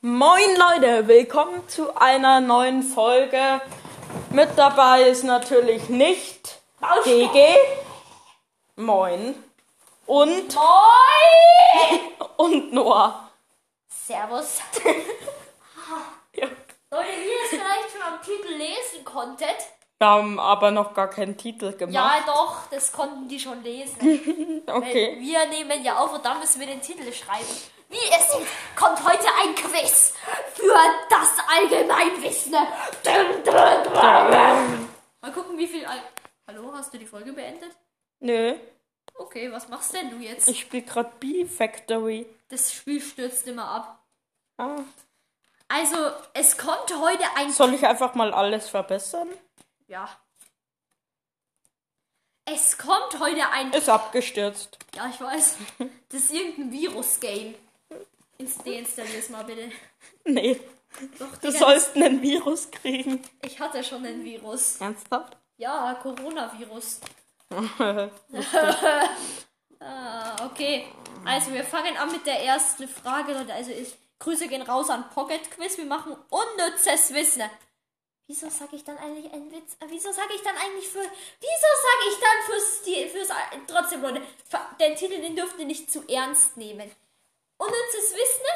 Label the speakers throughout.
Speaker 1: Moin Leute, willkommen zu einer neuen Folge. Mit dabei ist natürlich nicht
Speaker 2: Baustein.
Speaker 1: DG. Moin. Und,
Speaker 2: Moin!
Speaker 1: und Noah.
Speaker 2: Servus.
Speaker 1: Ja.
Speaker 2: Leute, wie ihr es vielleicht schon am Titel lesen konntet.
Speaker 1: Wir haben aber noch gar keinen Titel
Speaker 2: Ja,
Speaker 1: gemacht.
Speaker 2: doch, das konnten die schon lesen. Äh,
Speaker 1: okay.
Speaker 2: Wir nehmen ja auf und dann müssen wir den Titel schreiben. Wie ihr seht, kommt heute ein Quiz für das Allgemeinwissen. Dun, dun, dun. Mal gucken, wie viel... Al Hallo, hast du die Folge beendet?
Speaker 1: Nö,
Speaker 2: Okay, was machst denn du jetzt?
Speaker 1: ich spiele gerade Bee Factory.
Speaker 2: Das Spiel stürzt immer ab.
Speaker 1: Ah.
Speaker 2: Also, es kommt heute ein
Speaker 1: Soll ich einfach mal alles verbessern?
Speaker 2: Ja. Es kommt heute ein.
Speaker 1: Ist abgestürzt.
Speaker 2: Ja, ich weiß. Das ist irgendein Virus-Game. Ins- Deinstallier es mal bitte.
Speaker 1: Nee,
Speaker 2: Doch,
Speaker 1: du
Speaker 2: Digga,
Speaker 1: sollst einen Virus kriegen.
Speaker 2: ich hatte schon ein Virus.
Speaker 1: Ernsthaft?
Speaker 2: Ja, Coronavirus. Ah, okay. Also, wir fangen an mit der ersten Frage, Leute. Also, ich, Grüße gehen raus an Pocket Quiz. Wir machen unnützes Wissen. Wieso sage ich dann eigentlich einen Witz? Äh, Wieso sage ich dann eigentlich für. Wieso sage ich dann fürs. die- fürs äh, trotzdem, Leute. fa- Den Titel, den dürft ihr nicht zu ernst nehmen. Unnützes Wissen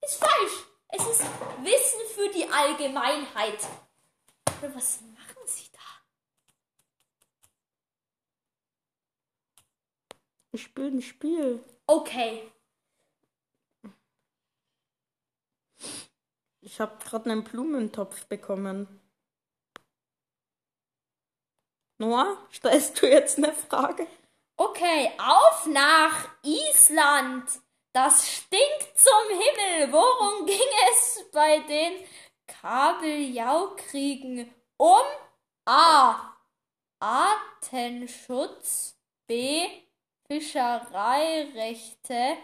Speaker 2: ist falsch. Es ist Wissen für die Allgemeinheit. Oder was machen Sie da?
Speaker 1: Ich spiele ein Spiel.
Speaker 2: Okay.
Speaker 1: Ich habe gerade einen Blumentopf bekommen. Noah, stellst du jetzt eine Frage?
Speaker 2: Okay, auf nach Island. Das stinkt zum Himmel. Worum ging es bei den Kabeljaukriegen? Um A. Artenschutz. B. Fischereirechte.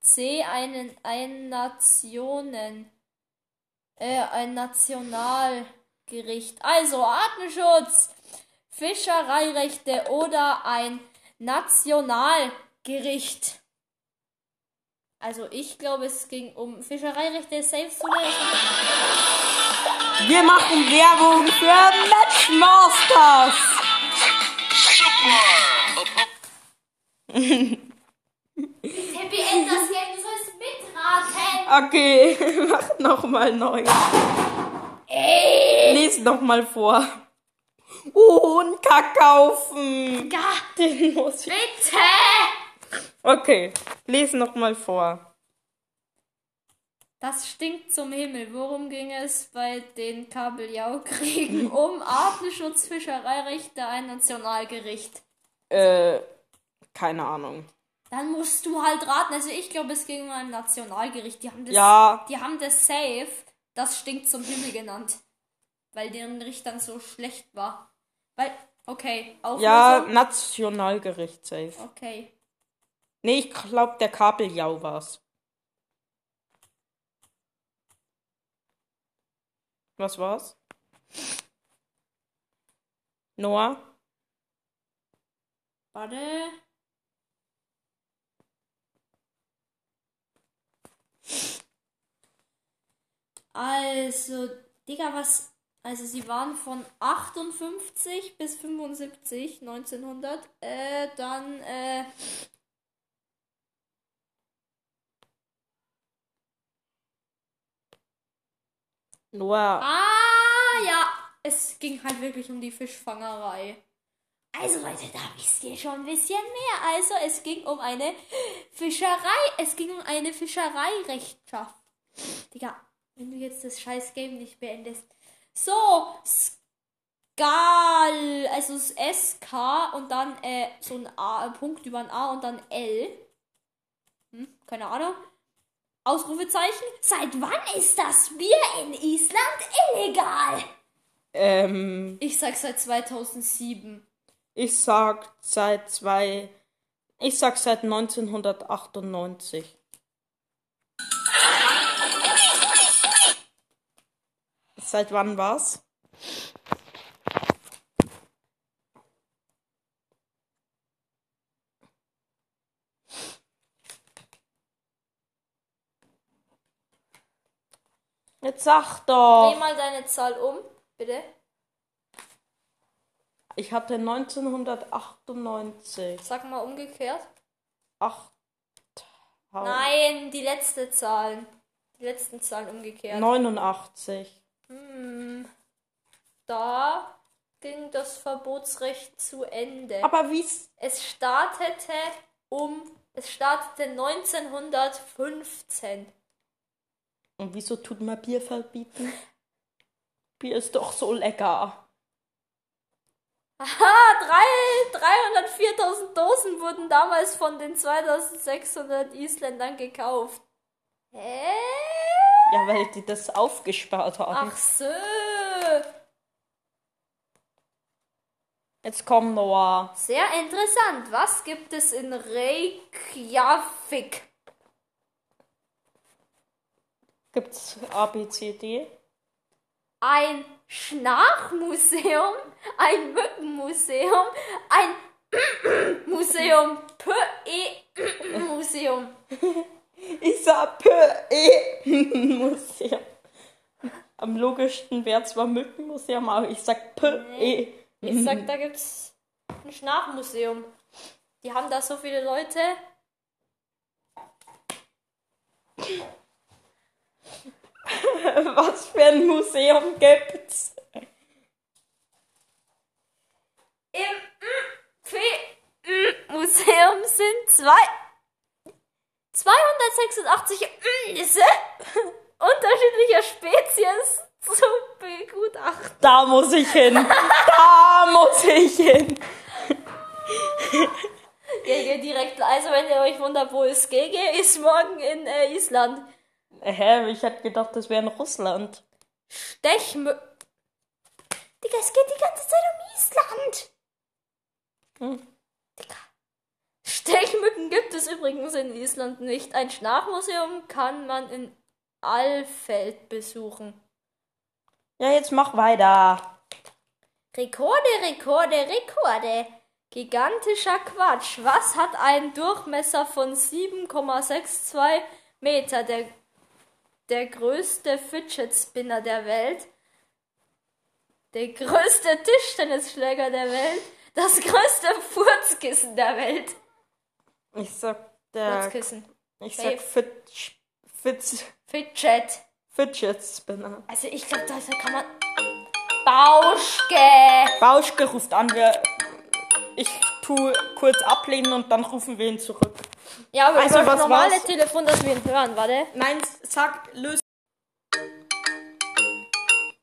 Speaker 2: C. Einen, ein Nationen. Äh, ein Nationalgericht. Also Artenschutz. Fischereirechte oder ein Nationalgericht. Also ich glaube, es ging um Fischereirechte, safe zu lesen.
Speaker 1: Wir machen Werbung für Matchmasters.
Speaker 2: Happy End das Game, du sollst mitraten.
Speaker 1: Okay, mach nochmal neu. Ey. Lies nochmal vor. Und kaufen. Den muss ich.
Speaker 2: Bitte!
Speaker 1: Okay, lies nochmal vor.
Speaker 2: Das stinkt zum Himmel. Worum ging es bei den Kabeljau-Kriegen? Um Artenschutz, Fischereirechte, ein Nationalgericht.
Speaker 1: Äh, keine Ahnung.
Speaker 2: Dann musst du halt raten. Also ich glaube, es ging um ein Nationalgericht. Die haben das
Speaker 1: Ja,
Speaker 2: Die haben das Safe, das stinkt zum Himmel genannt. Weil deren Richtern so schlecht war. Weil, okay, Auflösung.
Speaker 1: ja, Nationalgericht safe.
Speaker 2: Okay.
Speaker 1: Nee, ich glaube, der Kabeljau war's. Was war's? Noah?
Speaker 2: Warte. Also, Digga, was. Also, sie waren von 58 bis 75, 1900. Äh, dann, äh.
Speaker 1: Noah,
Speaker 2: Ah, ja. Es ging halt wirklich um die Fischfangerei. Also Leute, da wisst ihr schon ein bisschen mehr. Also es ging um eine Fischerei. Es ging um eine Fischereirechtschaft. Digga, wenn du jetzt das scheiß Game nicht beendest. So, Skal, also das SK und dann äh, so ein A, ein Punkt über ein A und dann L. Hm, keine Ahnung. Ausrufezeichen. Seit wann ist das Bier in Island illegal?
Speaker 1: ähm,
Speaker 2: Ich sag seit 2007.
Speaker 1: ich sag seit zwei, ich sag seit 1998. Seit wann war's? Jetzt sag
Speaker 2: Dreh
Speaker 1: doch.
Speaker 2: mal deine Zahl um, bitte.
Speaker 1: Ich hatte 1998.
Speaker 2: Sag mal umgekehrt.
Speaker 1: Acht.
Speaker 2: Nein, die letzte Zahl. Die letzten Zahlen umgekehrt.
Speaker 1: 89.
Speaker 2: Hm. Da ging das Verbotsrecht zu Ende.
Speaker 1: Aber wie's.
Speaker 2: Es startete um. Es startete 1915.
Speaker 1: Und wieso tut man Bier verbieten? Bier ist doch so lecker.
Speaker 2: Aha, drei- 304.000 Dosen wurden damals von den 2600 Isländern gekauft. Hä?
Speaker 1: Ja, weil die das aufgespart haben.
Speaker 2: Ach so.
Speaker 1: Jetzt komm, Noah.
Speaker 2: Sehr interessant. Was gibt es in Reykjavik?
Speaker 1: Gibt's A, B, C, D?
Speaker 2: Ein Schnarchmuseum, ein Mückenmuseum, ein Museum, PE Museum.
Speaker 1: Ich sag P, E, Museum. Am logischsten wäre zwar Mückenmuseum, aber ich sag P, E.
Speaker 2: Ich sag, da gibt's ein Schnarchmuseum. Die haben da so viele Leute.
Speaker 1: Was für ein Museum gibt's?
Speaker 2: Im PE Museum sind zwei 286 Nüsse E unterschiedlicher Spezies zu begutachten.
Speaker 1: Da muss ich hin. Da muss ich hin.
Speaker 2: Gege direkt. Also, wenn ihr euch wundert, wo es Gege ist, morgen in äh, Island.
Speaker 1: Hä, ich hätte gedacht, das wäre in Russland.
Speaker 2: Stechmü. Digga, es geht die ganze Zeit um Island.
Speaker 1: Hm.
Speaker 2: Digga. Stechmücken gibt es übrigens in Island nicht. Ein Schnarchmuseum kann man in Alfeld besuchen.
Speaker 1: Ja, jetzt mach weiter.
Speaker 2: Rekorde, Rekorde, Rekorde. Gigantischer Quatsch. Was hat einen Durchmesser von 7,62 Meter? Der, der größte Fidget Spinner der Welt. Der größte Tischtennisschläger der Welt. Das größte Furzkissen der Welt.
Speaker 1: Ich sag, der,
Speaker 2: Furzkissen.
Speaker 1: ich sag Fidget, Fidget,
Speaker 2: Fidget.
Speaker 1: Fidget Spinner.
Speaker 2: Also ich glaube, da kann man... Bauschke.
Speaker 1: Bauschke ruft an, wir, ich tu kurz ablehnen und dann rufen wir ihn zurück.
Speaker 2: Ja, aber
Speaker 1: Also,
Speaker 2: also, das
Speaker 1: was
Speaker 2: normale
Speaker 1: war's?
Speaker 2: Telefon, das wir ihn hören, warte.
Speaker 1: Nein, sag, löst.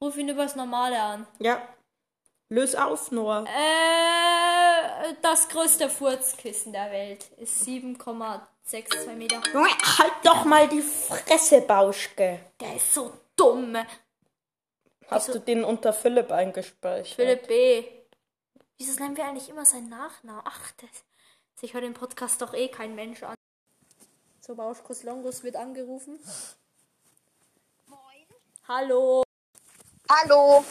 Speaker 2: Ruf ihn übers normale an.
Speaker 1: Ja. Lös auf, Noah.
Speaker 2: Äh, das größte Furzkissen der Welt ist 7,62 Meter.
Speaker 1: Junge, halt doch mal die Fresse, Bauschke.
Speaker 2: Der ist so dumm. ne?
Speaker 1: Hast du den unter Philipp eingespeichert?
Speaker 2: Philipp B. Wieso nennen wir eigentlich immer seinen Nachnamen? Ach, das, sich hört den Podcast doch eh kein Mensch an. So, Bauschkus Longus wird angerufen. Moin. Hallo.
Speaker 3: Hallo.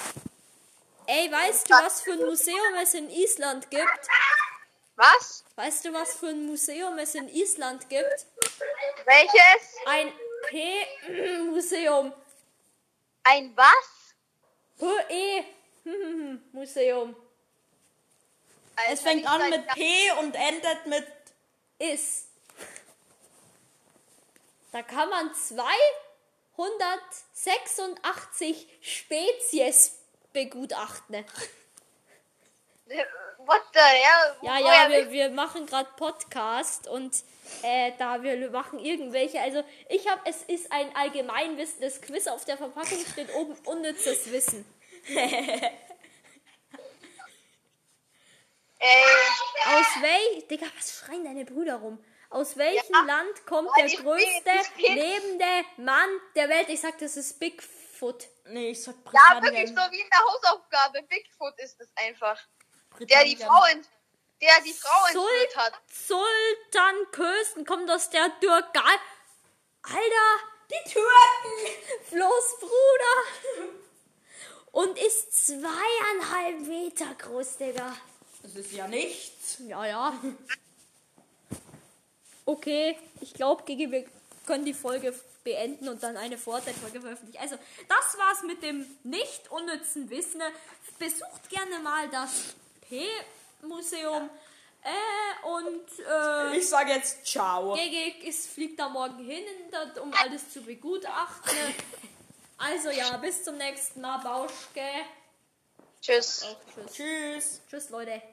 Speaker 2: Ey, weißt du, was für ein Museum es in Island gibt?
Speaker 3: Was?
Speaker 2: Weißt du, was für ein Museum es in Island gibt?
Speaker 3: Welches?
Speaker 2: Ein P-Museum.
Speaker 3: Ein was?
Speaker 2: PE Museum
Speaker 3: Also
Speaker 1: Es fängt an mit P und endet mit.
Speaker 2: ist. Da kann man 286 Spezies begutachten.
Speaker 3: What the hell?
Speaker 2: Ja, ja,
Speaker 3: Woher
Speaker 2: wir, wir machen gerade Podcast und äh, da wir machen irgendwelche, also ich habe, es ist ein allgemeinwissendes Quiz, auf der Verpackung steht oben unnützes Wissen.
Speaker 3: Ey,
Speaker 2: Aus welch, Digga, was schreien deine Brüder rum? Aus welchem
Speaker 3: Ja.
Speaker 2: Land kommt
Speaker 3: Oh,
Speaker 2: der
Speaker 3: die spielen,
Speaker 2: größte
Speaker 3: die spielen.
Speaker 2: lebende Mann der Welt? Ich sag, das ist Bigfoot.
Speaker 1: Nee, ich sag
Speaker 3: ja,
Speaker 1: Britannien.
Speaker 3: wirklich so wie in der Hausaufgabe. Bigfoot ist es einfach. Der die
Speaker 1: Britannien.
Speaker 3: Frau in, der die Frau entführt
Speaker 2: Sultan,
Speaker 3: hat.
Speaker 2: Sultan Kösen kommt aus der Türkei. Alter, die Türken! Flo's Bruder! Und ist zweieinhalb Meter groß, Digga.
Speaker 1: Das ist ja nichts.
Speaker 2: Ja, ja. Okay, ich glaube, wir können die Folge beenden und dann eine Vorteilfolge veröffentlichen. Also, das war's mit dem nicht unnützen Wissen. Besucht gerne mal das P-Museum. Äh, und äh,
Speaker 1: Ich sage jetzt Ciao.
Speaker 2: Gegek ist, fliegt da morgen hin, dort, um alles zu begutachten. Also ja, bis zum nächsten Mal, Bauschke.
Speaker 3: Tschüss.
Speaker 1: Oh,
Speaker 2: Auch tschüss.
Speaker 1: Tschüss.
Speaker 2: Tschüss, Leute.